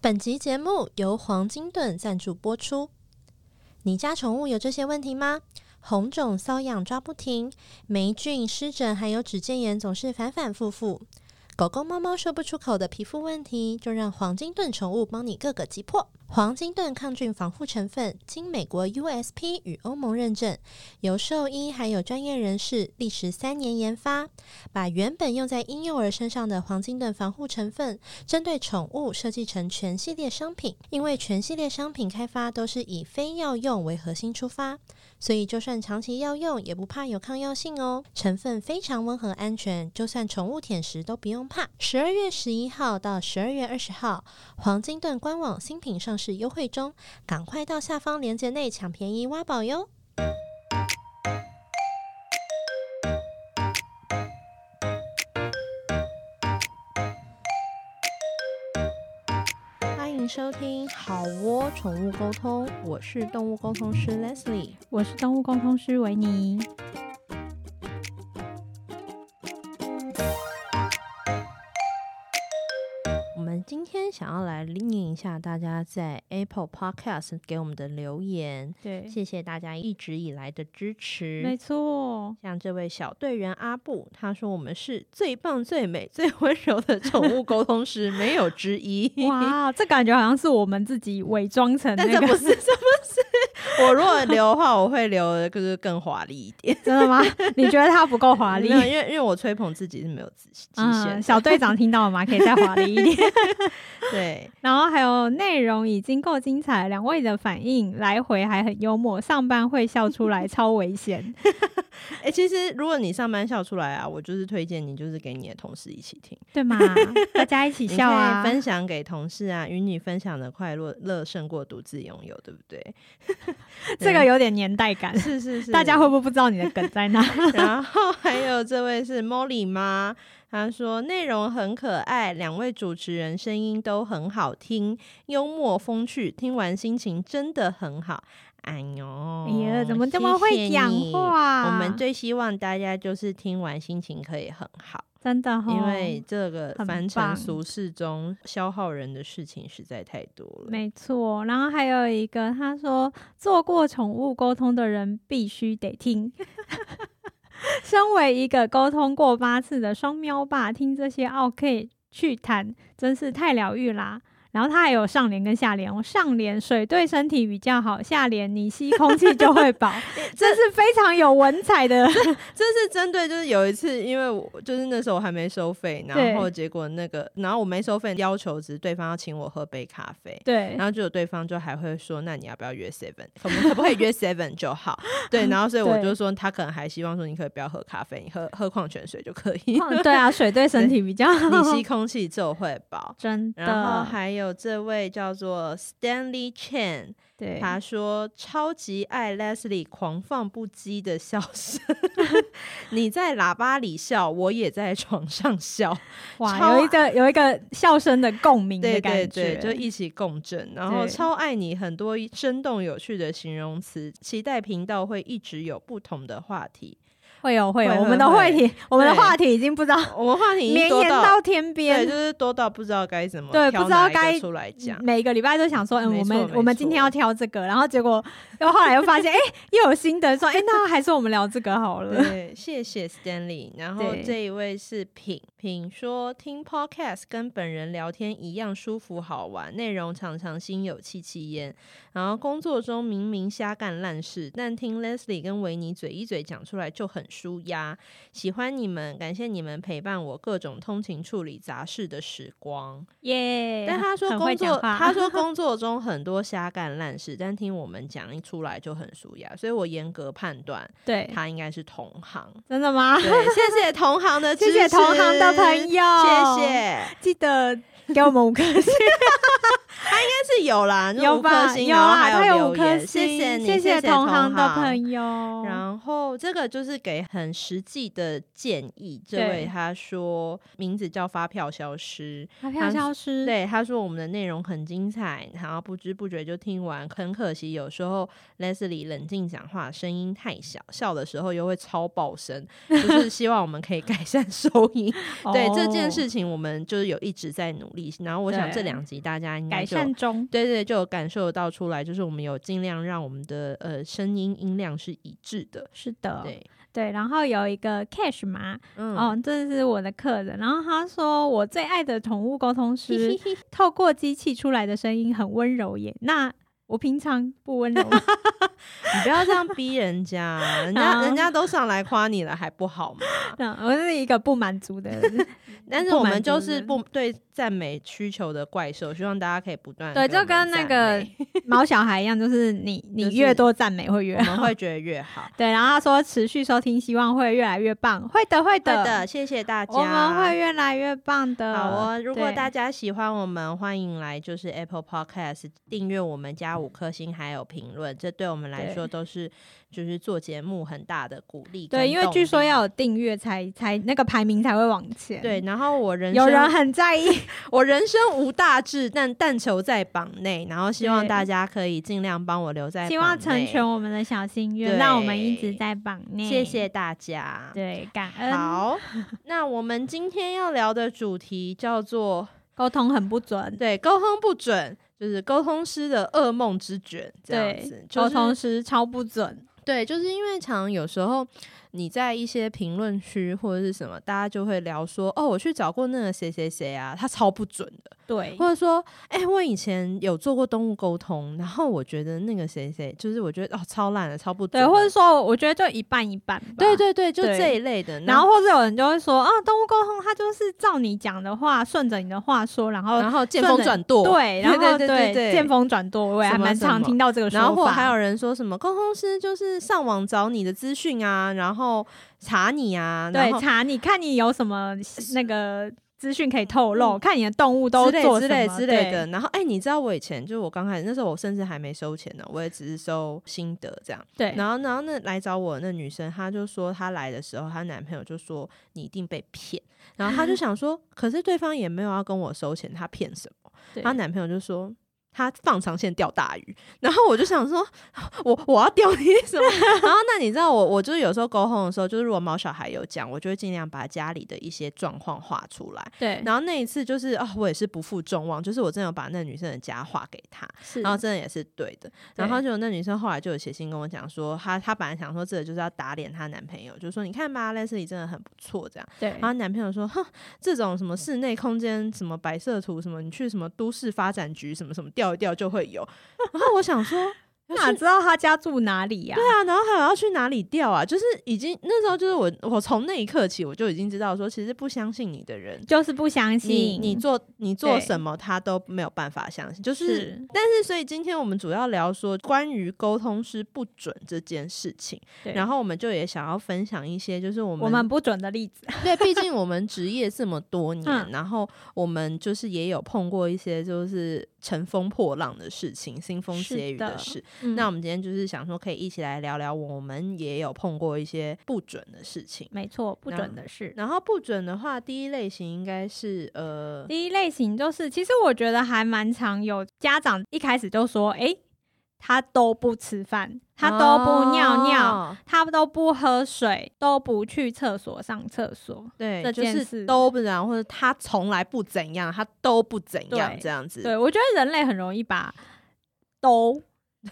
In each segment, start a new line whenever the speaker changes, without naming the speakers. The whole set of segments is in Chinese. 本集节目由黄金盾赞助播出。你家宠物有这些问题吗？红肿、瘙痒抓不停，霉菌、湿疹还有指尖炎总是反反复复。狗狗、猫猫说不出口的皮肤问题，就让黄金盾宠物帮你各个击破。黄金盾抗菌防护成分经美国 USP 与欧盟认证，由兽医还有专业人士历时三年研发，把原本用在婴幼儿身上的黄金盾防护成分针对宠物设计成全系列商品，因为全系列商品开发都是以非药用为核心出发，所以就算长期药用也不怕有抗药性哦。成分非常温和安全，就算宠物舔食都不用怕。十二月十一号到十二月二十号，黄金盾官网新品上市优惠中，赶快到下方链接内抢便宜挖宝哟！欢迎收听好窝宠物沟通，我是动物沟通师 Leslie。
我是动物沟通师维尼。
我们今天想要来念一下大家在 Apple Podcast 给我们的留言，
对，
谢谢大家一直以来的支持。
没错，
像这位小队员阿布，他说我们是最棒、最美、最温柔的宠物沟通师，没有之一。
哇，这感觉好像是我们自己伪装成那
但这
个
不，是，这不是。我如果留的话，我会留的就是更华丽一点。
真的吗？ 你觉得它不够华丽
没？有因为因为我吹捧自己是没有极极限的、
嗯，小队长听到了吗？可以再华丽一 点。
对，
然后还有内容已经够精彩，两位的反应来回还很幽默，上班会笑出来，超危险。
哎、其实如果你上班笑出来啊，我就是推荐你，就是给你的同事一起听，
对嘛？大家一起
你
笑
可以
啊！
分享给同事啊，与你分享的快乐乐胜过独自拥有，对不对？
这个有点年代感，
是是是，
大家会。不会不知道你的梗在哪？
然后还有这位是 Molly 妈，她说内容很可爱，两位主持人声音都很好听，幽默风趣，听完心情真的很好。哎呦，
哎呀，怎么这么会讲
谢谢你
话？
我们最希望大家就是听完心情可以很好，
真的哦哈，
因为这个
很
凡尘
棒
俗世中消耗人的事情实在太多了。
没错，然后还有一个，他说做过宠物沟通的人必须得听。 身为一个沟通过八次的双喵爸，听这些奥 K 去谈，真是太疗愈啦。然后他还有上联跟下联哦，上联水对身体比较好，下联你吸空气就 会饱，这是非常有文采的。
这是针对就是有一次，因为我就是那时候我还没收费，然
对
后结果那个，然后我没收费，要求只是对方要请我喝杯咖啡。
对
然，后就有对方就还会说，那你要不要约 seven？我们可不可以约 seven 就 好？对，然后所以我
对
就说，他可能还希望说，你可以不要喝咖啡，你喝喝矿泉水就可以，
哦对啊，水对身体比较好，
你吸空气就会 饱。
真
然后
的，
还有这位叫做 Stanley Chen，
对，
他说超级爱 Leslie 狂放不羁的笑声， 你在喇叭里笑，我也在床上笑，超
哇，有一个有一个笑声的共鸣的
对
感
对
觉，
对，就一起共振。然后
对
超爱你，很多生动有趣的形容词，期待频道会一直有不同的话题。
会有会有，哦
会
我们
会
的
会
话题，我们的
对
话题已经不知道
我们话题已经
绵
多
延
到
到天
对，
边
就。是多到不知道该怎么
对
挑
不知道
哪一个
该
出来讲。
每个礼拜都想说，嗯，
没
我
错
们
没
我们今天
错
要挑这个，然后结果又后来又发现，哎、 又有新的说，哎、那还是我们聊这个好了。
对，谢谢 Stanley。然后
对
这一位是品品说，听 podcast 跟本人聊天一样舒服好玩，内容常常心有戚戚焉。然后工作中明明瞎干烂事，但听 Leslie 跟维尼嘴一嘴讲出来就很舒压。喜欢你们，感谢你们陪伴我各种通勤处理杂事的时光。
耶
但他说
很
工
会讲
作，
话
他说 工作中很多瞎干烂事，但听我们讲一出来就很舒压，所以我严格判断
对，
他应该是同行。
真的吗？
对，谢谢同行的支
谢
持，
谢同行的朋友，
谢谢，
记得给我们五颗星。
还是有啦，那
有
五颗
吧？
星，
有
然后
啦，
还
他有
留
五颗
言，
星，
谢你，
谢
谢
同行的
友。
朋友。
然后这个就是给很实际的建议，这
对
位他说名字叫发票消失，
发票消失，，
对，他说我们的内容很精彩，然后不知不觉就听完，很可惜有时候 Leslie 冷静讲话声音太小，笑的时候又会超爆声，就是希望我们可以改善收音。对这
哦
件事情，我们就是有一直在努力，然后我想
对
这两集大家应该
改
就。
善中，
对对，就有感受到出来，就是我们有尽量让我们的呃声音音量是一致的，
是的，
对，
对然后有一个 cash 嘛，
嗯，
哦，这是我的客人，然后他说我最爱的宠物沟通师，透过机器出来的声音很温柔耶。那我平常不温柔 吗，
你不要这样逼人家，人 家人家都上来夸你了，还不好吗？
那我是一个不满 足的人。
但是
不
我
满
们
足
就是
的
不对赞美需求的怪兽，希望大家可以不断地
对，
给我们
就跟那
赞
个
美
毛小孩一样，就是 你
就
你
是
越多赞美会越
我
好。
们 会觉得越好。
对，然后他说持续收听，希望会越来越棒，会的，会
对
的，
的，谢谢大家。
我们会越来越棒的。
好哦，如果
呃对
大家喜欢我们，欢迎来就是 Apple Podcast 订阅我们，加五颗星还有评论，这对我们来
嗯对
说都是就是做节目很大的鼓励跟动力。
对，因为据说要有订阅才才那个排名才会往前。
对，，然后我人
有
生
人很在意。
我人生无大志，但但求在榜内，然后希望
对
大家可以尽量帮我留在
希望
榜
成
内
全我们的小心愿，
对
让我们一直在榜内。
谢，谢大家。
对，感恩。
好，那我们今天要聊的主题叫做
沟通很不准，
对沟通不准，就是沟通师的噩梦之卷这样
对
子。，
沟、
就是、
通时超不准。
对，就是因为常有时候你在一些评论区或者是什么，大家就会聊说哦，我去找过那个谁谁谁啊，他超不准的，
对，
或者说哎、我以前有做过动物沟通，然后我觉得那个谁谁就是我觉得哦超烂的，超不准
对，
的，
或者说，我觉得就一半一半吧。
对。对对，就
对
这一类的，
然后或者有人就会说啊，动物沟通它就是照你讲的话，顺着你的话说，然后
然后见
顺
风
着
转舵，
对，然后
对对对对
见风转舵，我也
什
还
么
蛮
什
常
么
听到这个说法。
然后还有人说什么沟通师就是上网找你的资讯啊，然后查你啊，然
对
后
查，你看你有什么那个资讯可以透露，看你的动物
嗯
都
之类
做
之
什
类
么
之类
对
的。然后哎、你知道我以前就是我刚开始那时候，我甚至还没收钱呢，我也只是收心得这样。
对，
然后然后那来找我的那女生，她就说她来的时候，她男朋友就说你一定被骗，然后 她就想说，可是对方也没有要跟我收钱，她骗什么？
对
她男朋友就说。他放长线钓大鱼，然后我就想说， 我我要钓你什么？ 然后那你知道我，我就是有时候沟通的时候，就是如果毛小孩有讲，我就会尽量把家里的一些状况画出来。
对，
然后那一次就是哦，我也是不负众望，就是我真的有把那女生的家画给他，
是
然后真的也是对的。然后就那女生后来就有写信跟我讲说，她她本来想说这个就是要打脸她男朋友，就说你看吧，Leslie 真的很不错这样。
对，
然后男朋友说：“哼，这种什么室内空间、什么白色图、什么你去什么都市发展局、什么什么调一调就会有。”然后我想 说，
哪知道他家住哪里呀、
对啊，然后还有要去哪里调啊？就是已经那时候就是我，我从那一刻起我就已经知道说，其实不相信你的人，
就是不相
你
信
你做你做
对
什么他都没有办法相信。就是是，但是所以今天我们主要聊说关于沟通师不准这件事情，
对
然后我们就也想要分享一些，就是我们
我们不准的例子，
对，毕竟我们职业这么多年，
嗯
然后我们就是也有碰过一些就是乘风破浪的事情、腥风
是
血雨
的
的事。
嗯
那我们今天就是想说，可以一起来聊聊，我们也有碰过一些不准的事情。
没错，不
那
准的事。
然后不准的话，第一类型应该是呃，
第一类型就是，其实我觉得还蛮常有家长一开始就说，诶，他都不吃饭，他都不尿尿，
哦
他都不喝水，都不去厕所上厕所。这
对，就
件
是
事
都不然，或者他从来不怎样，他都不怎样
对
这样子。
对，我觉得人类很容易把 都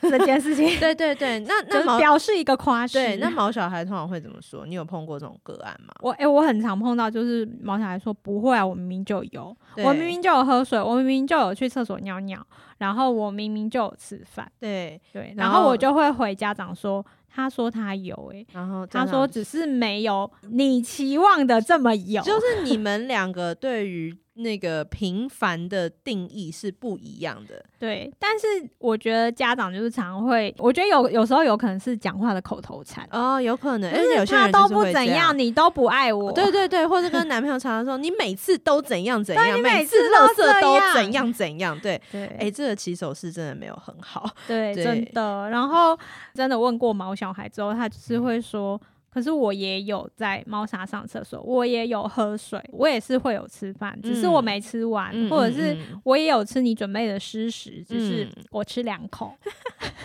这件事情，
对对对， 那
就
那
是
毛
表示一个夸饰。
对那毛小孩通常会怎么说？你有碰过这种个案吗？
我哎、我很常碰到，就是毛小孩说不会啊，我明明就有，我
对
明明就有喝水，我明明就有去厕所尿尿，然后我明明就有吃饭，
对，
对，
然
然
后
后我就会回家长说，他说他有、欸，
然后
他
家长
说只是没有你期望的这么有，
就是你们两个对于那个频繁的定义是不一样的。
对，但是我觉得家长就是常会，我觉得有有时候有可能是讲话的口头禅，
哦，有可能，而
就
且
是
有些
他
人
都
就是
不
会这
怎样，。你都不爱我，
对对对，或者跟男朋友常常说，你每次都怎样怎样，
你每
每
次
垃
都
圾
这
都
样
怎样怎样，对，
对，
哎、这个起手式真的没有很好，
对，
对
真的。然后真的问过毛小孩之后，他就是会说：“可是我也有在猫砂上厕所，我也有喝水，我也是会有吃饭，只是我
嗯
没吃完，
嗯
或者
嗯
是
嗯
我也有吃你准备的湿食，只是
嗯
我吃两口。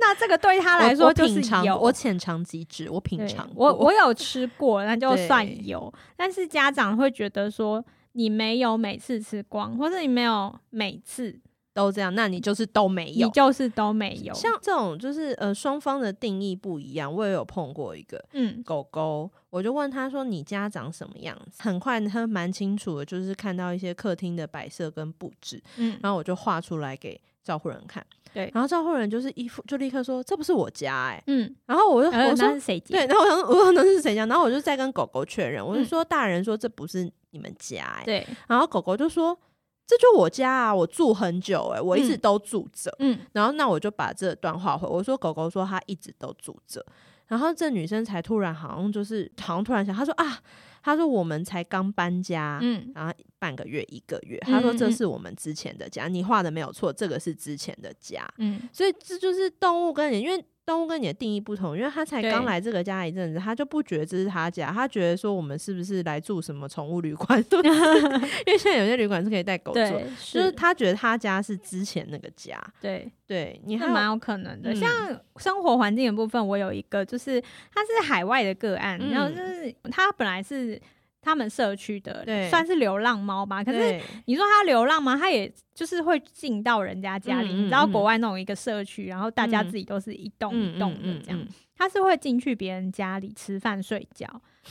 那这个对他来
我
说
我
就是
品尝
有，
过我浅尝即止，我品
对
尝
我
过
我有吃过，那就
对
算有。但是家长会觉得说。”你没有每次吃光，或者你没有每次，
都这样，那你就是都没
你
有。
就是都没有。
像这种就是呃双方的定义不一样，我也有碰过一个
嗯，
狗狗，我就问他说你家长什么样子，很快他蛮清楚的，就是看到一些客厅的摆设跟布置，
嗯，
然后我就画出来给照护人看，
对
然后照护人就是一副就立刻说这不是我家哎、
嗯，
然后我就、
呃，
我
那
说
是谁接？
对，然后我想说我说那是谁家，然后我就再跟狗狗确认，我就说大人说这不是你们家哎、
嗯对，
然后狗狗就说这就我家啊，我住很久哎、我一直
嗯
都住着。
嗯，
然后那我就把这段话回，我说狗狗说它一直都住着，然后这女生才突然好像就是好像突然想，她说啊，她说我们才刚搬家。
嗯，
然后半个月、一个月，
嗯
她说
嗯
这
嗯
是我们之前的家，你画的没有错，这个是之前的家，
嗯，
所以这就是动物跟你，因为动物跟你的定义不同，因为它才
对
刚来这个家一阵子，它就不觉得这是他家，它觉得说我们是不是来住什么宠物旅馆， 对， 因为现在有些旅馆是可以带狗住的，
对，
就是他觉得他家是之前那个家，
对，
对你还
那
有
蛮有可能的。
嗯
像生活环境的部分，我有一个，就是他是海外的个案，然后
嗯
就是他本来是他们社区的，
对
算是流浪猫吧，可是。
对
你说他流浪吗？他也就是会进到人家家里，
嗯
你知道
嗯嗯
国外那种一个社区，然后大家
嗯
自己都是一栋
嗯
一栋
嗯
的这样，
嗯，
他是会进去别人家里吃饭睡觉，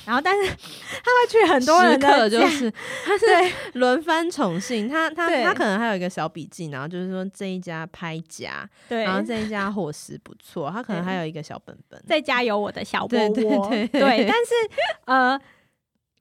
然后但是 他会去很
很
多人的
就
家
是他是 轮番宠幸，他他
对
他可能还有一个小笔记，然后就是说这一家拍家，
对，
然后这一家伙食不错，他可能还有一个小本本，
在家有我的小窝
对
窝。
对对
但是呃，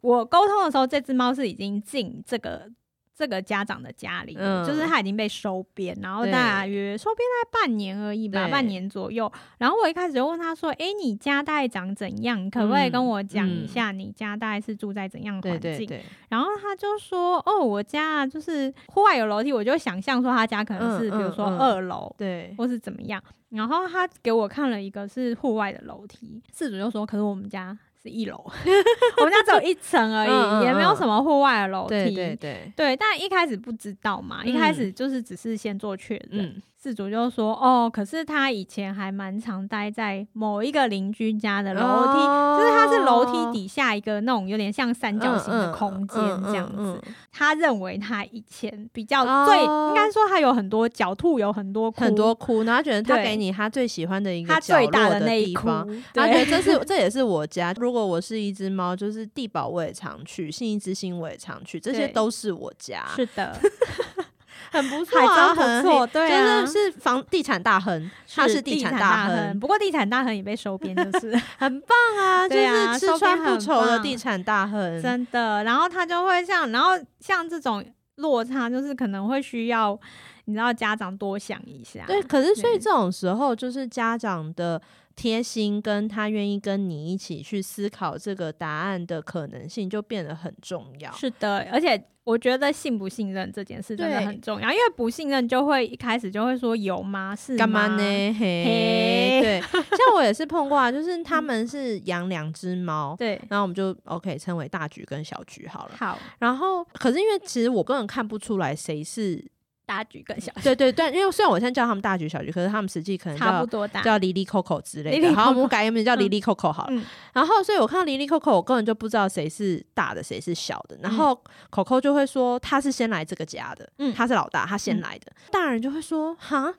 我沟通的时候，这只猫是已经进这个这个家长的家里了，
嗯
就是它已经被收编，然后
对
大约收编大概半年而已吧，
对
半年左右。然后我一开始就问他说：“诶，你家大概长怎样？你可不可以
嗯
跟我讲一下你家大概是住在怎样的
对
环境？”
嗯对对，
然后他就说：“哦，我家就是户外有楼梯，我就想象说他家可能是
嗯
比如说
嗯嗯
二楼，
对，
或是怎么样。然后他给我看了一个是户外的楼梯，事主就说：“可是我们家是一楼， 我们家只有一层而已，
嗯嗯
也没有
嗯
什么户外的楼梯。
对对对，
对但一开始不知道嘛，一开始就是只是先做确认。
嗯，
事主就说：“哦，可是他以前还蛮常待在某一个邻居家的楼梯，
哦
就是它是楼梯底下一个那种有点像三角形的空间
嗯嗯嗯
这样子。
嗯
他认为他以前比较
哦
最，应该说他有很多狡兔，有很多窟
很多窟，然后觉得他
对
给你他最喜欢的一个
它
角
最大
落
的那一
地
窟
方，，他觉
对
得这 是这也是我家。如果我是一只猫，就是地堡我也常去，信义之星我也常去，这些
对
都是我家，
是的，
很不错、
还
啊，
真不
很
错，对啊，
就是是房地产大亨，他是地
产
产
大
亨，
不过地产大亨也被收编，就是
很棒啊，就
对啊
是
收
吃
编
穿
很
不愁的
棒
地产大亨，
真的。然后他就会像，然后像这种落差，就是可能会需要，你知道家长多想一下，
对，可是所以
对
这种时候，就是家长的贴心跟他愿意跟你一起去思考这个答案的可能性，就变得很重要。
是的，而且我觉得信不信任这件事真的
对
很重要，因为不信任就会一开始就会说有吗？是
干嘛
吗
呢？？嘿
嘿，
对，
嗯
像我也是碰过啊，就是他们是养两只猫，
对，
然后我们就 OK 称为大橘跟小橘好了。
好，
然后，可是因为其实我根本看不出来谁是
大局更小，
对对对，因为虽然我现在叫他们大橘小橘，可是他们实际可能嗯
差
叫
不多大，
叫 Lily Coco 之类的。
Lily
好，我
Coco
们改名叫 Lily Coco 好了。
嗯
然后，所以我看到 Lily Coco，我根本就不知道谁是大的，谁是小的。然后 Coco 就会说他是先来这个家的，
嗯
他是老大，他先
嗯
来的。大人就会说哈。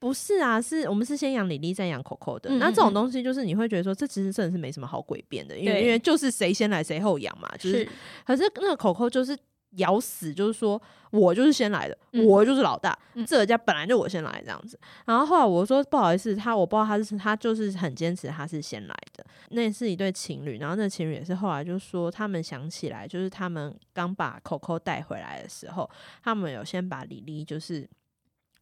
不是啊，是我们是先养李丽，再养 Coco 的。
嗯
那
嗯
这种
嗯
东西就是你会觉得说，这其实真的是没什么好诡辩的，因为
对
因为就是谁先来谁后养嘛，就是是。可是那个 Coco 就是咬死，就是说我就是先来的，
嗯
我就是老大，
嗯
这个家本来就我先来这样子。然后后来我说不好意思，他我不知道他是他就是很坚持他是先来的，那是一对情侣，然后那情侣也是后来就说，他们想起来，就是他们刚把口口带回来的时候，他们有先把李丽就是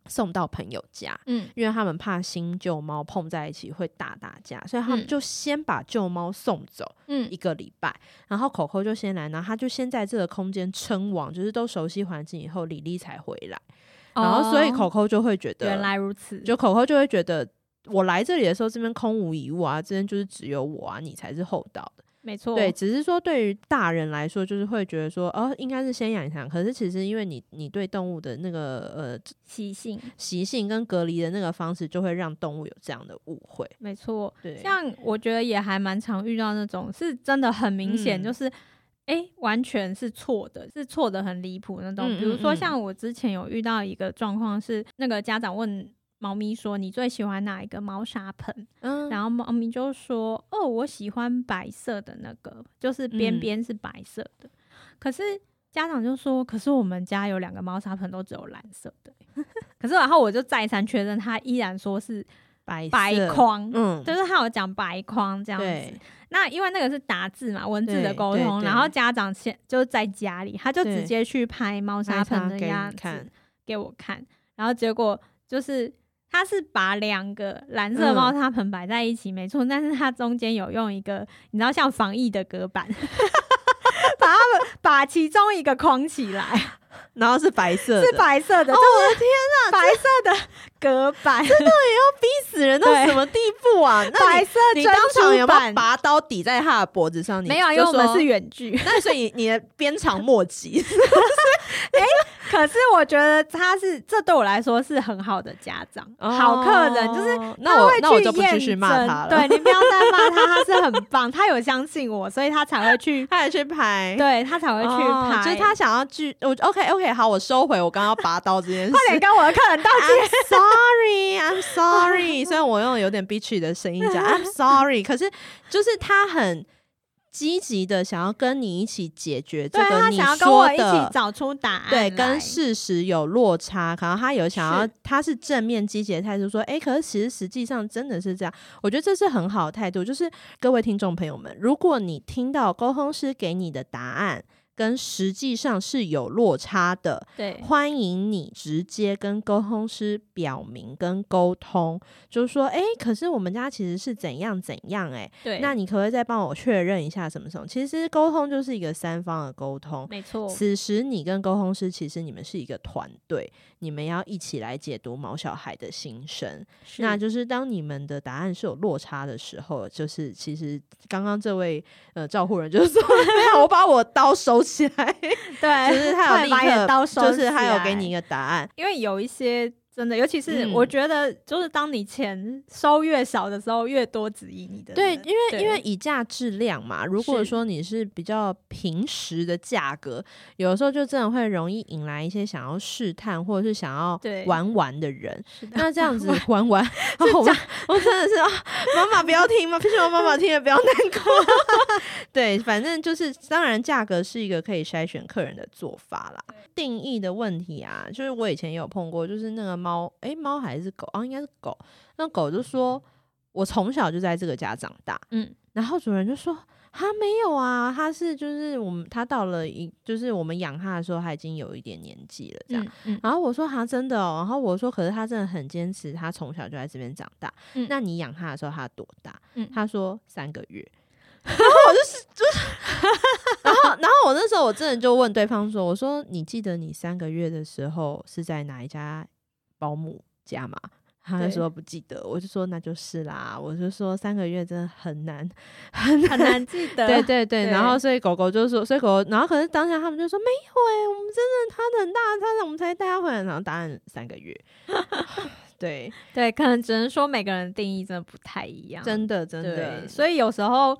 送到朋友家，
嗯，
因为他们怕新旧猫碰在一起会大打架，所以他们
嗯
就先把旧猫送走
嗯
一个礼拜，然后口口就先来，然后他就先在这个空间称王，就是都熟悉环境以后，李丽才回来，然后所以口
哦
口就会觉得
原来如此，
就口口就会觉得，我来这里的时候，这边空无一物啊，这边就是只有我啊，你才是厚道的。
没错，
对，只是说对于大人来说，就是会觉得说，哦，应该是先养一养。可是其实因为你你对动物的那个呃
习性，
习性跟隔离的那个方式，就会让动物有这样的误会。
没错。
对，
像我觉得也还蛮常遇到那种，是真的很明显，
嗯
就是哎、诶完全是错的，是错的很离谱那种。
嗯
比如说，
嗯嗯
像我之前有遇到一个状况是，那个家长问猫咪说：“你最喜欢哪一个猫砂盆？”
嗯
然后猫咪就说：“哦，我喜欢白色的那个，就是边
嗯
边是白色的。可是家长就说：“可是我们家有两个猫砂盆都只有蓝色的欸、可是然后我就再三确认，他依然说是
白
白
色，
框，
嗯，
就是他有讲白框这样子
对。
那因为那个是打字嘛，文字的
对
沟
对
通，
对
然后家长先就是在家里，他就直
对
接去拍猫砂
拿
盆
它
的
给
样
你
子
看，
给我看，然后结果就是他是把两个蓝色猫
嗯
砂盆摆在一起，没错，但是它中间有用一个你知道像防疫的隔板， 把它们把其中一个框起来，
然后是白色的，
是白色的，啊就是白色的隔板，
死人到
对
什么地步 啊？那
白
你
色
你
珍
当场
珠
有没有
板。
拔刀抵在他的脖子上？你
没有，因为
就
我们
说
是远距。
那所以你 你的鞭长莫 及。
可是我觉得他是，这对我来说是很好的家长，好客人，就是
哦
他
那我
会
那我
去
就不继
验
续骂
证
他了。，
对你不要再骂他，他是很棒，他有相信我，所以他才会去，
他还去拍，
对他才会去
哎哦
拍，
就是他想要去。我 OK OK，好，我收回我刚刚要拔刀这件事。
快 点跟我的客人道歉。
啊 I'm sorry，I'm sorry。虽然 我用有点 bitchy 的声音 讲 I'm sorry，可是就是他很积极的想要跟你一起解决这
对
个
他
你
想要跟我
说
一
的
起找出答案来，
对，跟事实有落差，可能他有想要
是，
他是正面积极的态度，说，哎、可是其实实际上真的是这样，我觉得这是很好的态度。就是各位听众朋友们，如果你听到沟通师给你的答案跟实际上是有落差的，
对
欢迎你直接跟沟通师表明跟沟通，就是说，哎、可是我们家其实是怎样怎样、诶
对，
哎，那你可不可以再帮我确认一下什么什么？其实沟通就是一个三方的沟通。
没错，
此时，你跟沟通师其实你们是一个团队，你们要一起来解读毛小孩的心声。
是
那就是当你们的答案是有落差的时候，就是其实刚刚这位呃照护人就 说：“没有，我把我刀收起来。
对，”
就是他有
快
立
把你的
刻，
刀收起来，
就是他有给你一个答案。
因为有一些真的，尤其是
嗯
我觉得，就是当你钱收越少的时候，越多质疑你的
对，
人。
因为因为
对
以价质量嘛，如果
是
说你是比较平实的价格，有的时候就真的会容易引来一些想要试探或者是想要
对
玩玩的人。
是的，
那这 样子玩玩，哦我们我真的是啊，妈妈不要听嘛，不希望妈妈听了不要难过。 对，反正就是，当然价格是一个可以筛选客人的做法啦。定义的问题啊，就是我以前也有碰过，就是那个猫，诶，猫还是狗啊，应该是狗。那狗就说，我从小就在这个家长大，
嗯，
然后主人就说。他没有啊，他是就是我们，他到了一就是我们养他的时候，他已经有一点年纪了，这
这
样。
样，嗯，
然后我说哈、真的哦，然后我说可是他真的很坚持，他从小就在这边长大。
嗯
那你养他的时候他多大？
嗯
他说三个月。 然后我就是就是，然后然后我那时候我真的就问对方说，我说你记得你三个月的时候是在哪一家保姆家吗？他就
对
说不记得，我就说那就是啦，我就说三个月真的很难
很难记得，
对 对对，然
对
后所以狗狗就说，所以狗狗，然后可是当下他们就说没有哎、我们真的它很大，它我们才带它回来，然后答案三个 月。对，
对，可能只能说每个人定义真的不太一样，
真的嗯真
对，
的，
所以有时候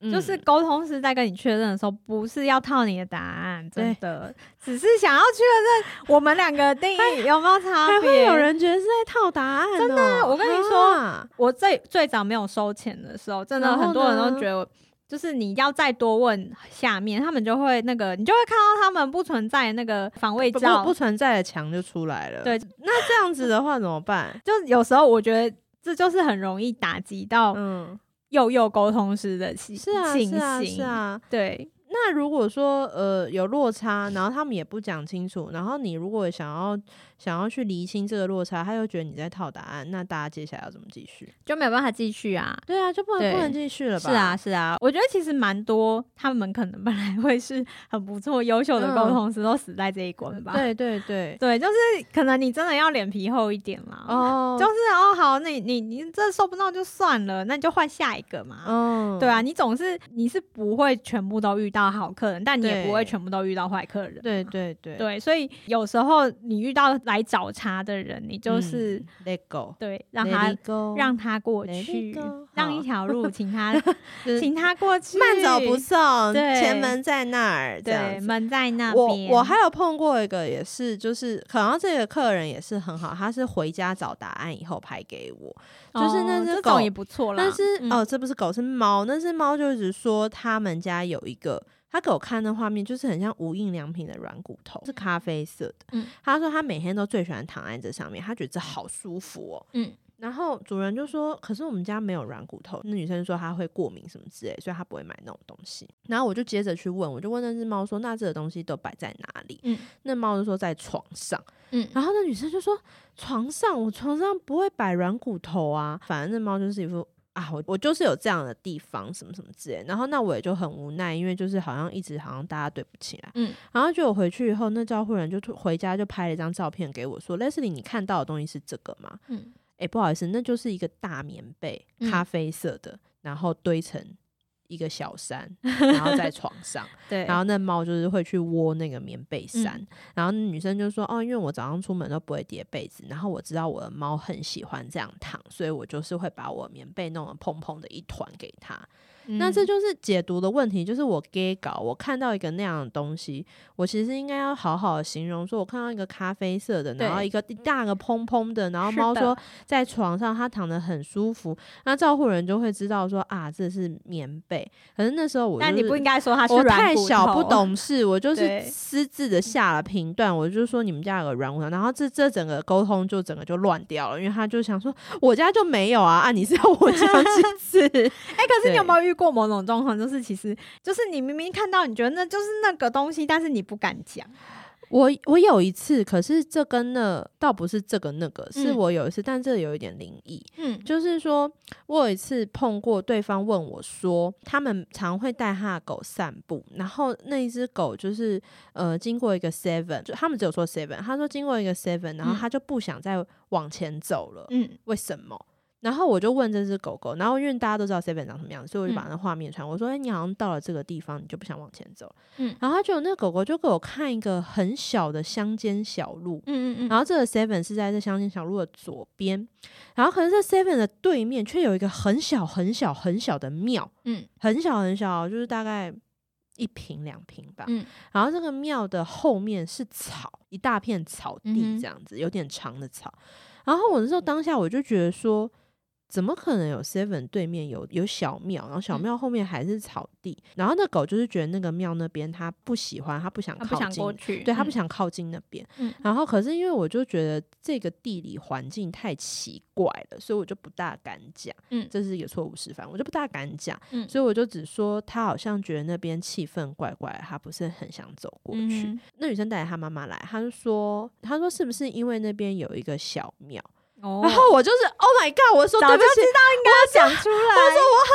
以
就是沟通师在跟你确认的时候，不是要套你的答案，真
对
的，只是想要确认我们两个定义有没有 差
还会
别。
有人觉得是在套答案、哦真的
我跟你说
啊、
我最最早没有收钱的时候，真的
然后
很多人都
呢
觉得我，就是你要再多问下面，他们就会那个，你就会看到他们不存在的那个防卫
不
罩。
不存在的墙就出来了。
对，？
那这样子的话怎么办
就有时候我觉得这就是很容易打击到
嗯，
幼幼沟通师的情
是啊，
情
是啊，
形，
是啊。
对，
那如果说呃有落差，然后他们也不讲清楚，然后你如果想要想要去厘清这个落差，他又觉得你在套答案，那大家接下来要怎么继续？
就没有办法继续啊。
对啊，就不能不
对
能继续了吧？
是啊，，是啊，我觉得其实蛮多，他们可能本来会是很不错、优秀的沟
嗯
通师，都死在这一关吧。
啊对对 对，
对，就是可能你真的要脸皮厚一点啦。
哦
就是哦，好，那你你你这受不到就算了，那你就换下一个嘛。
嗯，
对啊，，你总是你是不会全部都遇到好客人，但你也不会
对
全部都遇到坏客人。
对对对，
对，所以有时候你遇到来找茬的人，你就是、
嗯 let go，
对让
let
他
it go
让他过
let it
去
go，，
让
好
一条 路，请他
就是
请他过去，
慢走不送，
对
前门在那儿，这样
对，
子。
门在那
我
边。
我还有碰过一个，也是就是，可能这个客人也是很好，他是回家找答案以后拍给我，就是那
哦
只
这
狗
种也不错啦。
但是、
嗯
哦，这不是狗是猫，那只猫就一直说他们家有一个，他给我看的画面就是很像无印良品的软骨头，是咖啡色的。
嗯
他说他每天都最喜欢躺在这上面，他觉得这好舒服哦。
嗯
然后主人就说：“可是我们家没有软骨头。”那女生说她会过敏什么之类，所以她不会买那种东西。然后我就接着去问，我就问那只猫说：“那这个东西都摆在哪里？”
嗯
那猫就说在床上。
嗯
然后那女生就说：“床上，我床上不会摆软骨头啊。”反正那猫就是一副啊，我我就是有这样的地方，什么什么之类。然后那我也就很无奈，因为就是好像一直好像大家对不起来。
嗯
然后就我回去以后，那照护人就突回家就拍了一张照片给我说：“Leslie，你看到的东西是这个吗
嗯，？”
诶，不好意思，那就是一个大棉被，
嗯
咖啡色的，然后堆成一个小山，然后在床上。
对，
然后那猫就是会去窝那个棉被
嗯
衫，然后那女生就说：“哦，因为我早上出门都不会叠被子，然后我知道我的猫很喜欢这样躺，所以我就是会把我棉被弄得蓬蓬的一团给它。那这
就
就是解读的问题，就是我 gay 搞，我看到一个那样的东西，我其实应该要好好的形容，说我看到一个咖啡色的，然后
对
一个一大个蓬蓬的，然后
是
猫
的
说在床上它躺得很舒服，那照顾人就会知道说啊，这是棉被。可是那时候我、就是，
但你不应该说他是
我
软
太
骨
小
头
不，懂事，我就是
对
私自的下了评断，我就说你们家有个软骨头，然后这这整个沟通就整个就乱掉了，因为他就想说我家就没有啊，啊你是要我这样去 吃？
哎、可是
对
你有没有遇过某种状况，就是其实就是你明明看到，你觉得那就是那个东西，但是你不敢讲。
我我有一次，可是这跟那倒不是这个那个，是
嗯
我有一次，但这有一点灵异，
嗯
就是说我有一次碰过对方问我说，他们常会带他的狗散步，然后那一只狗就是呃经过一个 seven，就他们只有说 seven，他说经过一个 seven，然后
嗯
他就不想再往前走了，
嗯
为什么？然后我就问这只狗狗，然后因为大家都知道 Seven 长什么样子，所以我就把
嗯
那画面传，我说：“哎、你好像到了这个地方，你就不想往前走。”
嗯
然后它就那狗狗就给我看一个很小的乡间小路，
嗯嗯
然后这个 Seven 是在这乡间小路的左边，然后可是这 Seven 的对面却有一个很小很小很小的庙，
嗯
很小很小，就是大概一平两平吧。
嗯
然后这个庙的后面是草，一大片草
嗯
地
哼
这样子，有点长的草。然后我那时候当下我就觉得说，怎么可能有 Seven 对面有有小庙，然后小
嗯
庙后面还是草地？然后那狗就是觉得那个庙那边它不喜欢，它不想
他不
靠
想
近
过去，
对他不
嗯，
想靠近那边。
嗯
然后可是因为我就觉得这个地理环境太奇怪了，所以我就不大敢讲。
嗯
这是一个错误示范，我就不大敢讲。
嗯
所以我就只说他好像觉得那边气氛怪怪的，他不是很想走过去。
嗯
那女生带着她妈妈来，她就说：“她说是不是因为那边有一个小庙？”
哦
然后我就是 “Oh my god！” 我说：“
早
对不
就
起，
讲 出来，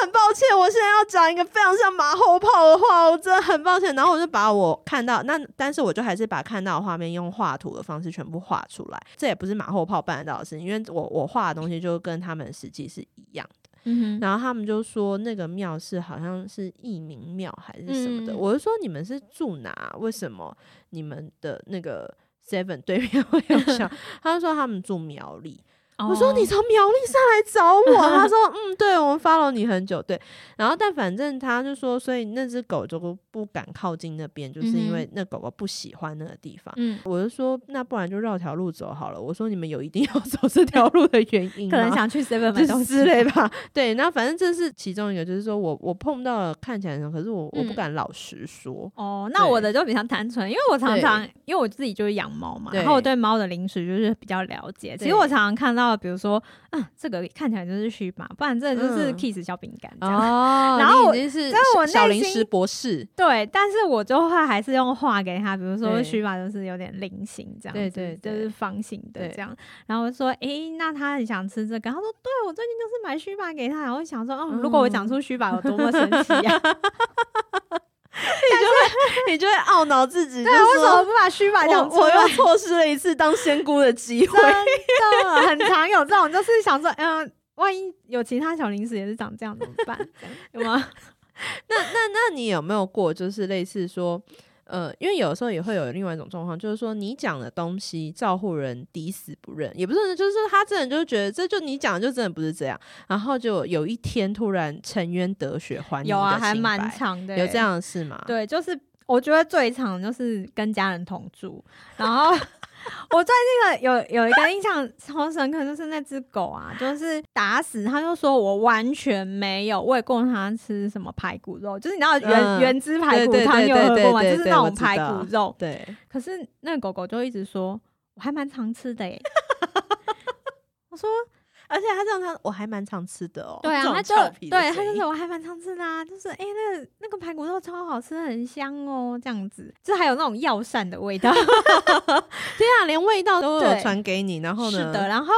很抱歉，我现在要讲一个非常像马后炮的话，我真的很抱歉。然后我就把我看到那，但是我就还是把看到的画面用画图的方式全部画出来。这也不是马后炮办得到的事情，因为我我画的东西就跟他们实际是一样。
嗯哼，
然后他们就说那个庙是好像是义民庙还是什么的，
嗯
我就说你们是住哪？为什么你们的那个 Seven 对面会有 小？他就说他们住苗栗。我说你
哦
从苗栗上来找我， 他说嗯，对，我们 follow 你很久，对。然后但反正他就说，所以那只狗就不不敢靠近那边，就是因为那狗狗不喜欢那个地方。
嗯，
我就说，那不然就绕条路走好了。我说你们有一定要走这条路的原因
可能
吗
想去 seven 买
就
东
是
西
之类，吧，对，那反正这是其中一个，就是说我我碰到了看起来很，可是我我不
嗯
敢老实说，
哦，那我
对
的就比较单纯，因为我常常因为我自己就是养猫嘛，
对
然后我对猫的零食就是比较了解。其实
对
我常常看到，比如说，啊，这个看起来就是虚嘛，不然这就是
嗯
kiss 小饼干这 样。
哦，
然后我
你已经是
但我内
小零
心
食博士，
对，但是我就会还是用画给他，比如说
对
须吧，就是有点菱形这样子，
对对对
就是方形的
对
这样。然后我就说，诶，那他很想吃这个。他说，对我最近就是买须吧给他。然后我想说，哦，如果我讲出须吧有多么神奇啊，
你就会懊恼自己，
对
就
啊，为什么
说
不把须吧讲
我
出
我
来
又？错失了一次当仙姑的机 会。
真的很常有这种，就是想说，嗯、万一有其他小零食也是长这样怎么 办？这样有吗？
那那那你有没有过，就是类似说，呃，因为有时候也会有另外一种状况，就是说你讲的东西，照护人抵死不认，也不是，就是说他真的就觉得这就你讲的就真的不是这样，然后就有一天突然沉冤得雪还你
有
一
啊，
个
还
清
蛮
白
长的、欸
有这。样的欸事吗？
对，就是我觉得最常就是跟家人同住，然后我最近的有有一个印象超深刻，就是那只狗啊，就是打死他就说我完全没有喂过它吃什么排骨肉，就是你知道原、
嗯
原汁排骨
对对
汤
对
有喝
对
过吗？
对
就是
对
那
我
种
知
排
道
骨肉，
对，
可是那个狗狗就一直说我还蛮常吃的耶。欸我说
而且他这样，他我还蛮常吃的哦。
对啊，
这种
他就
俏皮
对
的
他
声
就
音
是我还蛮常吃的啊，就是哎、诶那个那个排骨肉超好吃，很香哦，这样子，就还有那种药膳的味道。
天啊，连味道都有
对
传给你，然后
是
呢？
的，，然后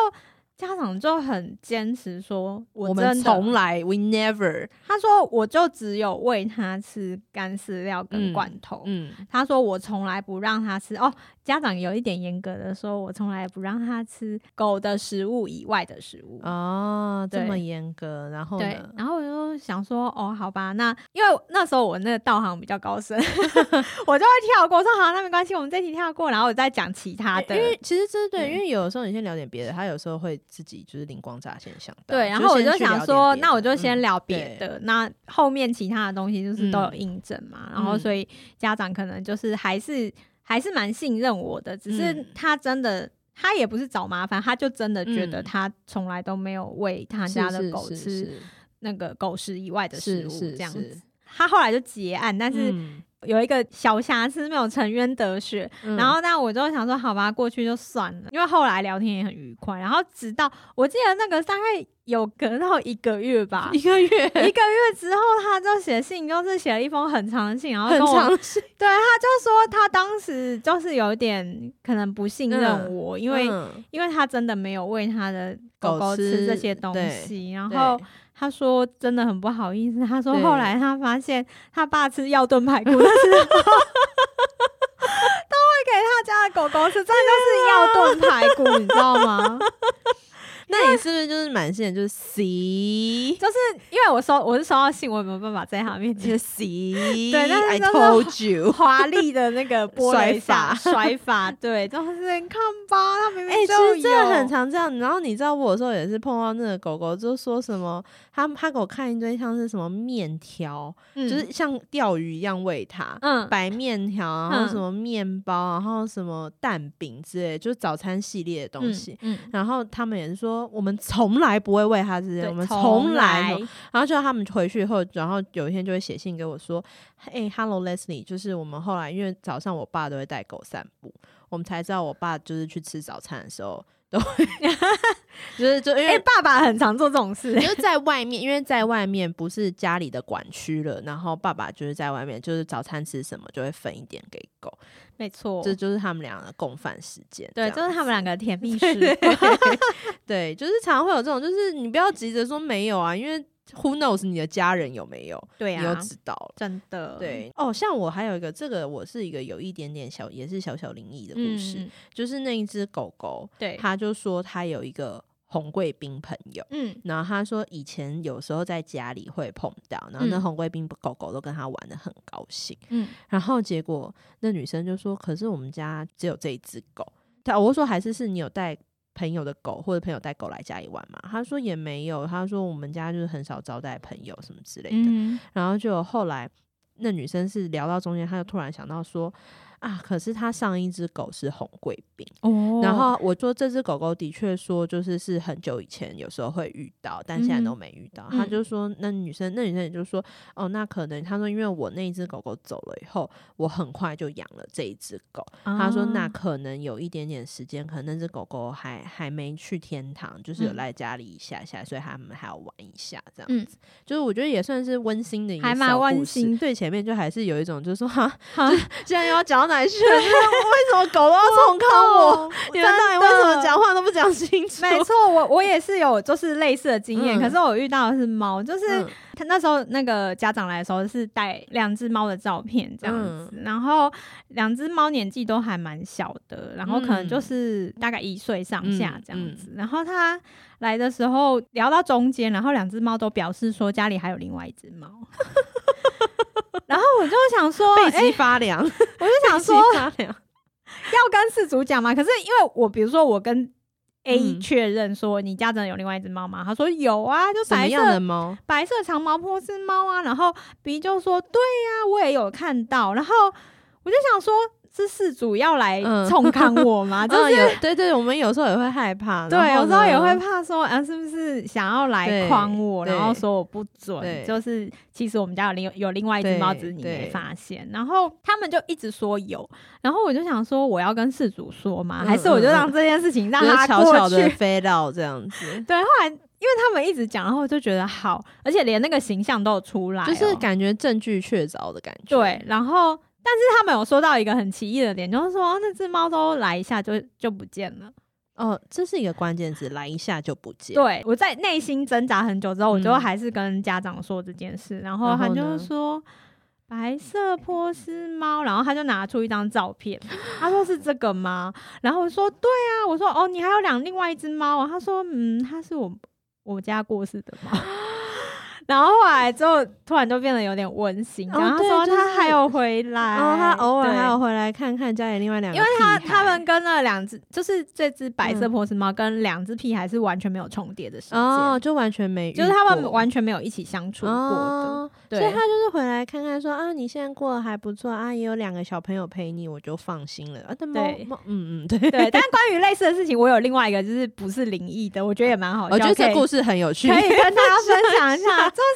家长就很坚持说，
我们
真
从
的，
来 we never，
他说我就只有喂他吃干饲料跟罐头。
嗯，
他说：“我从来不让他吃哦。”家长有一点严格的说，我从来不让他吃狗的食物以外的食物。
哦，这
对
么严格，然后
对
呢，？
然后我就想说，哦，好吧，那因为那时候我那个道行比较高深， 我就会跳过，说好，那没关系，我们这题跳过，然后我再讲其他的
因。为其实这对，
嗯
因为有的时候你先聊点别的，他有时候会自己就是灵光乍现想到。
对，然后我
啊先
就
去
想
聊点
说，
别
那我
的
就先
嗯
聊别的，那后面其他的东西就是都有
嗯
印证嘛，然后
嗯
所以家长可能就是还是还是蛮信任我的，只是
嗯
他真的。他也不是找麻烦，他就真的觉得
嗯
他从来都没有喂他
是
家的
是
狗
是
吃
是
那个狗食以外的食
是
物，
是
这样
是
子。他后来就结案，但是
嗯
有一个小瑕疵没有沉冤得雪。
嗯。
然后，但我就想说，好吧，过去就算了，因为后来聊天也很愉快。然后，直到我记得那个大概有隔到一个月吧
一个月
一个月之后，他就写信，就是写了一封很长的信，然后
很
跟我，
长时间，
对，他就说他当时就是有点可能不信任
嗯
我，因为、
嗯
因为他真的没有喂他的狗
狗
狗吃
吃
这些东
对
西，然后
对
他说真的很不好意思，他说
对
后来他发现他爸吃药炖排骨的时候 ，都会给他家的狗狗吃，这就是药炖排骨，你知道吗？
那你是不是就是满心的就是 C
就是因为我收我是收到信，我也没有办法在他面
就
前
是 C？
对但是
，I
就是
told you。
华丽的那个剥了一下
甩
甩法， 对，就是你看吧，他明
哎、
明
其
就有，
实真的很常这样。然后你知道我有时候也是碰到那个狗狗，就说什么他他给我看一堆像是什么面条，
嗯，
就是像钓鱼一样喂它，
嗯，
白面条，然
嗯
后什么面包，然后什么蛋饼之类，就是早餐系列的东西。
嗯，
然后他们也是说，我们从来不会喂它这些，
对
我们
从
从来没有。然后就他们回去以后，然后有一天就会写信给我说：“哎、h e l l o Leslie，就是我们后来因为早上我爸都会带狗散步，我们才知道我爸就是去吃早餐的时候都 会，就是就因
哎、
为
爸爸很常做这种事、
就是在外面，因为在外面不是家里的管区了，然后爸爸就是在外面，就是早餐吃什么就会分一点给狗，
没错
这就是他们俩的共饭时间。
哦对，
这
这
样
是他们两个的甜蜜
对
时光。
对对，就是常常会有这种，就是你不要急着说没有啊，因为 who knows 你的家人有没有，
对
你又
啊，
知道了。
真的，
对哦，像我还有一个，这个我是一个有一点点小，也是小小灵异的故
嗯，
事，
嗯
就是那一只狗狗，
对，
它就说它有一个红贵宾朋友。
嗯
然后他说，以前有时候在家里会碰到，然后那
嗯
红贵宾狗狗都跟他玩的很高兴。
嗯，
然后结果那女生就说：“可是我们家只有这一只狗。”她我就说：“还是是你有带朋友的狗，或者朋友带狗来家里玩嘛？”她说：“也没有。”她说：“我们家就是很少招待朋友什么之类的。
嗯，
然后就后来那女生是聊到中间，她就突然想到说。啊，可是他上一只狗是红贵宾，
哦
然后我说这只狗狗的确说就是是很久以前有时候会遇到，但现在
嗯
都
哼
没遇到。他
嗯
就说那女生那女生也就说哦，那可能他说因为我那一只狗狗走了以后，我很快就养了这一只狗。他说那
啊
可能有一点点时间，可能那只狗狗还还没去天堂，就是有
嗯
来家里一下下，所以他们还要玩一下这样
嗯
子。就是我觉得也算是温馨的一个
还蛮
小
温
故事
馨
对，前面就还是有一种就是说 哈，
哈
现在又要讲到哪里去了？ 就是为什么狗都要冲康我？
哦
你们到底为什么讲话都不讲清楚？
没错，我我也是有就是类似的经验，
嗯
可是我遇到的是猫，就是
嗯
他那时候那个家长来的时候是带两只猫的照片这样子，
嗯
然后两只猫年纪都还蛮小的，然后可能
嗯
就是大概一岁上下这样子，然后他来的时候聊到中间，然后两只猫都表示说家里还有另外一只猫， 然后我就想说，
背
哎、
脊发凉，
我就想
背脊
说，
发凉。
要跟饲主讲嘛。可是因为我比如说我跟 A
嗯
确认说你家真的有另外一只猫吗？他说有啊，就
什么
白
样的
色
猫？
白色长毛波斯猫啊。然后 B 就说对呀、我也有看到。然后我就想说。是饲主要来
嗯
冲康 我吗？就
嗯
是、
有对对，我们有时候也会害怕，
对，
然后
有时候
呢
也会怕说，啊，是不是想要来
对
诓我，然后
对
说我不准，
对
就是其实我们家有另有另外一只
对
猫，只是你没
对
发现。然后他们就一直说有，然后我就想说，我要跟事主说吗？还是我就
嗯嗯嗯嗯
让这件事情让
就是
他
悄
过
悄的
去？
飞到这样子，
对，后来因为他们一直讲，然后我就觉得好，而且连那个形象都有出来哦、
就是感觉证据确凿的感觉。
对，，然后。但是他们有说到一个很奇异的点，就是说、哦那只猫都来一下就就不见了。
哦，这是一个关键字，来一下就不见。
对，我在内心挣扎很久之后，我就
嗯
还是跟家长说这件事，然后
然
他
后
就
呢
说白色波斯猫，然后他就拿出一张照片，他说是这个吗？然后我说对啊，我说哦，你还有养另外一只猫啊？他说嗯，它是我我家过世的猫。 然后后来之后，突然就变得有点温馨。
哦
然后他
对
说
就是
他还有回来，
然后哦他偶尔
对
还有回来看看家里另外两个
因
屁
为
孩，
他他们跟那两只，就是这只白色
嗯
波斯猫跟两只屁孩是完全没有重叠的时间，
哦，就完全没遇
就
过，
是他们完全没有一起相处过的。
哦
对
所以他就是回来看看说啊，你现在过得还不错啊，也有两个小朋友陪你，我就放心了。啊，但猫
对
猫，嗯嗯，对
对，但关于类似的事情，我有另外一个，就是不是灵异的，我觉得也蛮好笑。
我觉得哦这故
事
事很有趣
可。以跟大家分享一下，就是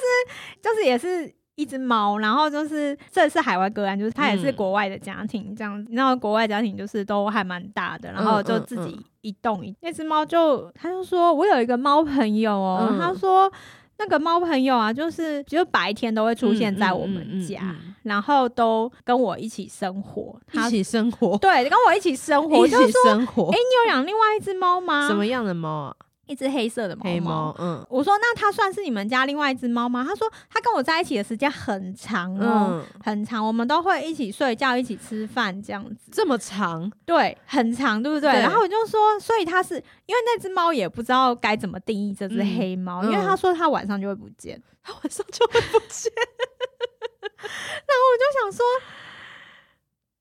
就是也是。一只猫，然后就是这是海外个案，就是它也是
嗯
国外的家庭这样子。然后国外家庭就是都还蛮大的，然后
嗯
就
嗯
自己
嗯
一栋一。那只猫就他就说，我有一个猫朋友哦，
嗯
他说那个猫朋友啊，就是就白天都会出现在我们家，
嗯嗯嗯
然后都跟我一起生活，
嗯一
他
起生活，
对跟我一起生活，我
一
就说
起生活
哎、。你有养另外一只猫吗？
什么样的猫啊？
一只黑色的猫
黑猫，。嗯
我说那它算是你们家另外一只猫吗？他说它跟我在一起的时间很长哦，
嗯，
很长，我们都会一起睡觉、一起吃饭这样子。
这么长，
对，很长，对不对？
对
然后我就说，所以它是因为那只猫也不知道该怎么定义这只
嗯
黑猫，
嗯
因为他说它晚上就会不见。
它晚上就会不见。
我就想说，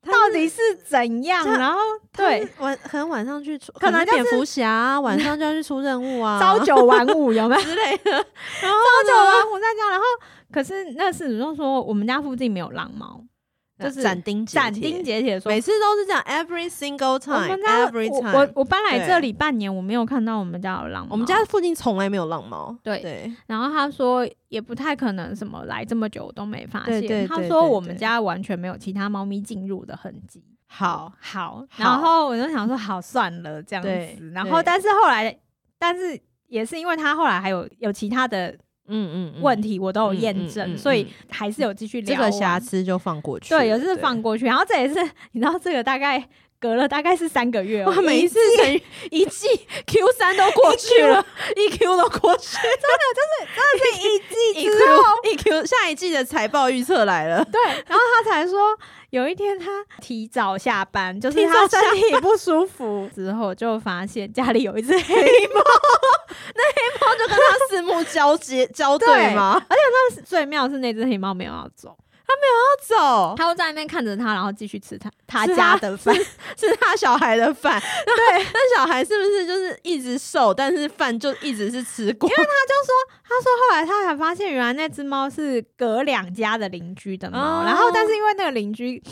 到底是怎样？
这
然后对，
它是晚可能晚上去出，
可能就是
蝙蝠侠 啊晚上就要去出任务啊，
朝九晚五有没 有？
之类的。嗯
朝九晚五在家，然后可是那事主就说我们家附近没有浪猫，就是
呃斩钉截
斩
铁
钉，截铁说
每次都是这样，every single
我们家我
time，every time。
我我搬来
对
这里半年，我没有看到我们家有浪猫。
我们家附近从来没有浪猫，
对
对，
然后他说也不太可能什么来这么久我都没发现。
对对
他
对
说
对
我们
对
家完全没有其他猫咪进入的痕迹。
好，
好，
好
然后我就想说好算了这样
对
子，然后
对
但是后来，但是也是因为他后来还有有其他的
嗯嗯
问
题
题，我都有
嗯
验
嗯
证，
嗯
所以
嗯
还是有继续
这
聊啊
个
完
瑕疵就放过去了，
对，也是放过去。然后这也是 你知道，这个大概隔了大概是三 个月、哦，
哇，每一
一
次等于一季 Q 三都过去了，一 Q 都过去，
一季
一哦
之
Q
后，
一 Q 下一季的财报预测来了，
对，然后他才说有一天他提早下班， 就是
提
他
早
身
下
体不舒服之后，就发现家里有一只黑猫。
然后 就跟他四目交 接交
对
对吗？
最妙是那只黑猫没有要走，
要走
他会在那边看着它，然后继续吃他他
是
家
他
的饭。
是他小孩的饭，对，那小孩是不是就是一直瘦，但是饭就一直是吃光？
他说后来他才发现，原来那只猫是隔两家的邻居的猫，
哦
然后但是因为那个邻居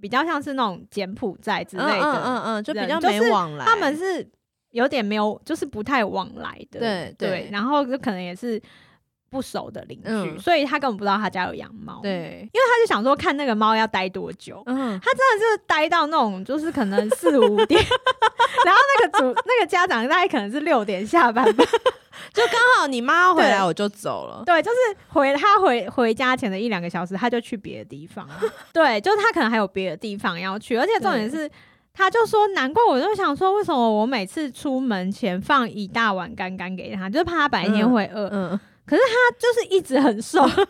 比较像是那种柬埔寨之
之
类
类的，
的，
嗯嗯，就比
人
较
就
没
是
往来。
他们是有点没有，就是不太往来的，
对
对，
对
然后就可能也是不熟的邻居，
嗯
所以他根本不知道他家有养猫，，
对，
因为他就想说看那个猫要待多久。
嗯，
他真的是待到那种，就是可能四五点， 然后那个主 那个家长大概可能是六点下班吧，
刚好你妈 要回来
对
我就走 了。
对，就是回他回回家前的一两个小时，他就去别的地方了。 对，就是他可能还有别的地方要去，而且重点是，他就说，难怪我就想说，为什么我每次出门前放一大碗干干给他，就是怕他白天会饿。
嗯，
他就是一直很瘦，但 是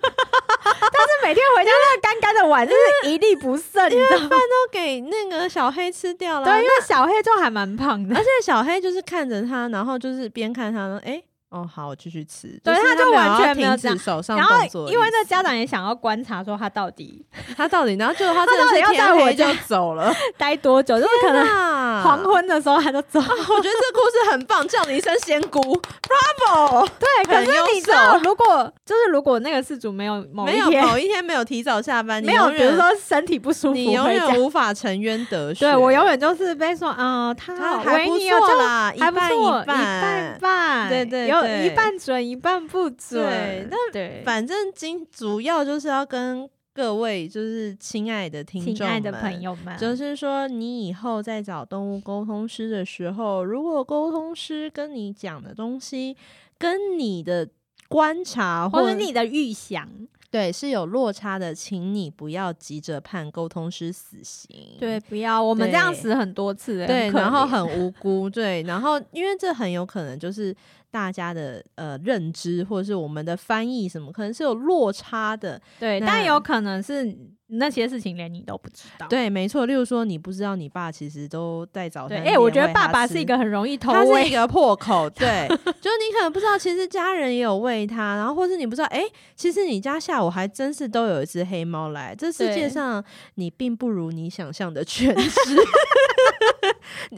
每天回家那个干干的碗就是一粒不剩，你知道 吗？
都给那个小黑吃掉了。啊
对，因为小黑就还蛮胖的
而。且小黑就是看着他，然后就是边看他呢，哎、哦，好，我继续吃。
对
是
他就
没有
完全
要
没有
停
这样
止手上
然后
动，作的意思，
因为那家长也想要观察，说他到底
他到底，然后就他真的是
到底要在
天
我
黑就
家
走 了，
待多久，就是可能
能
黄昏的时候他就走。
我觉得这故事很棒，叫你一声仙姑，Bravo！
对，可
很
是
优
你知 道，
秀
如果就是如果那个事主没有某一
没有
天
某一天没有提早下班，你
没有，
永
比如
远
说身体不舒服
你永
回家
远，无法沉冤得雪。
对我永远就是被说啊、呃他
他
好
还
维
不
尼哦，
错
就
啦，一
还不
半
错，
半，
半半，
对对
有
对
一半准，一半不准，
对
那对。
反正今主要就是要跟各位就是亲爱的听
亲
众
爱的
们
朋友们，
就是说，你以后在找动物沟通师的时候，如果沟通师跟你讲的东西跟你的观察
或
或
者你的预想，
对是有落差的，请你不要急着判沟通师死刑。
对，。不要我们
对
这样死很多次了，
对，
可
然后
怜
很 无辜，对，然后因为这很有可能就是大家的呃认知或者是我们的翻译什么，可能是有落差的。
对，
那
但有可能是那些事情连你都不知道。
对，没错。例如说，你不知道你爸其实都在早
对，
餐
哎、
店喂他吃。
我觉得爸爸是一个很容易偷
它是
喂
一个破 口，对，就是你可能不知道，其实家人也有喂它，然后或是你不知道，哎、其实你家下午还真是都有一只黑猫来，这世界
对
上你并不如你想象的全知，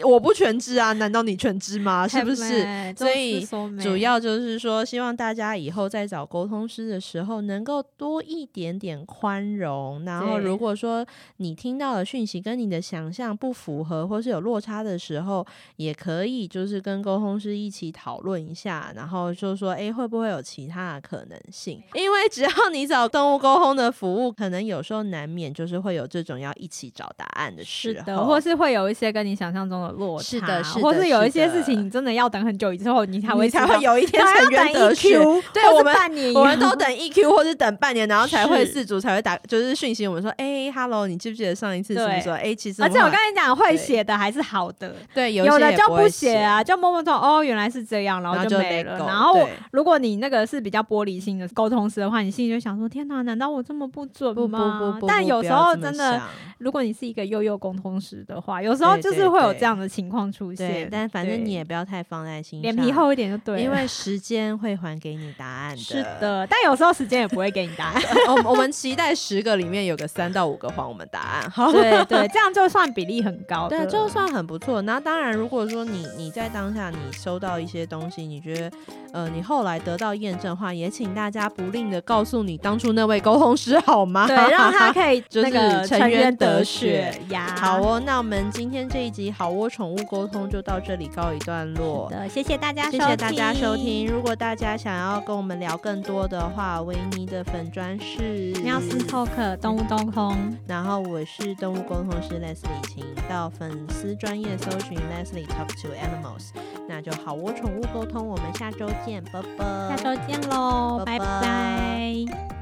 我不全知啊，难道你全知吗？是不是？
太美
所以
就是说美
主要就是说，希望大家以后在找沟通师的时候，能够多一点点宽容。然后，
对
如果说你听到的讯息跟你的想象不符合，或是有落差的时候，也可以就是跟沟通师一起讨论一下，然后就说，诶，会不会有其他的可能性？ 因为只要你找动物沟通的服务，可能有时候难免就是会有这种要一起找答案的时
是
候，
的，或是会有一些跟你想象中的落差，
是的是的
或是有一些
是的
事情你真的要等很久之后，你才会
你才会
知道
有一天
还
沉
要
冤
等
得雪。
EQ，
对
或是
我们
半年以
我们
后
都等 EQ 或是等半年，然后才会
是
四组才会打，就是讯息我们说，哎、h e l l o 你记不记得上一次什么
对
时候？哎、其实
而且
们
我跟你讲，会
对
写的还是好的，
对有一
有
些
的
也
就
会
不写，啊，就默默说哦，原来是这样，然
然
后
后
就
就
没
let
了。
go，
然后
对
如果你那个是比较玻璃心的沟通师的话，你心里就想说：天哪，难道我这么不准
不不
吗？
不不，
但
不
有
不
时
要
候
这么
真的，
想
如果你是一个悠悠沟通师的话，有时候
对
就是
对
会有
对
这样的情况出
对
现，。
但反正
对
你也不要太放在心上，
脸皮，厚一点就对了，
因为时间会还给你答案
是。的，但有时候时间也不会给你答案。
我们我们期待十个里面有个三到五个还我们答案， 好。
对对，这样就算比例很高的。
对，就算很不错。那当然，如果说你你在当下你收到一些东西，你觉得呃你后来得到验证的话，也请大家不吝的告诉你当初那位沟通师好吗？
对， 让他可以
就是
那个
沉
沉
冤
冤
得
得
雪
雪呀。
好哦，那我们今天这一集好窝宠物沟通就到这里告一段落。
的，谢谢大家，
谢谢大家收。听。如果大家想要跟我们聊更多的话，维尼的粉砖是
妙思 Talk 动物动空，
然后我是动物沟通师 Leslie，请到粉丝专业搜寻 Leslie Talk to Animals，那就好窝宠物沟通，我们下周见，拜拜。
下周见喽，
拜
拜
拜
拜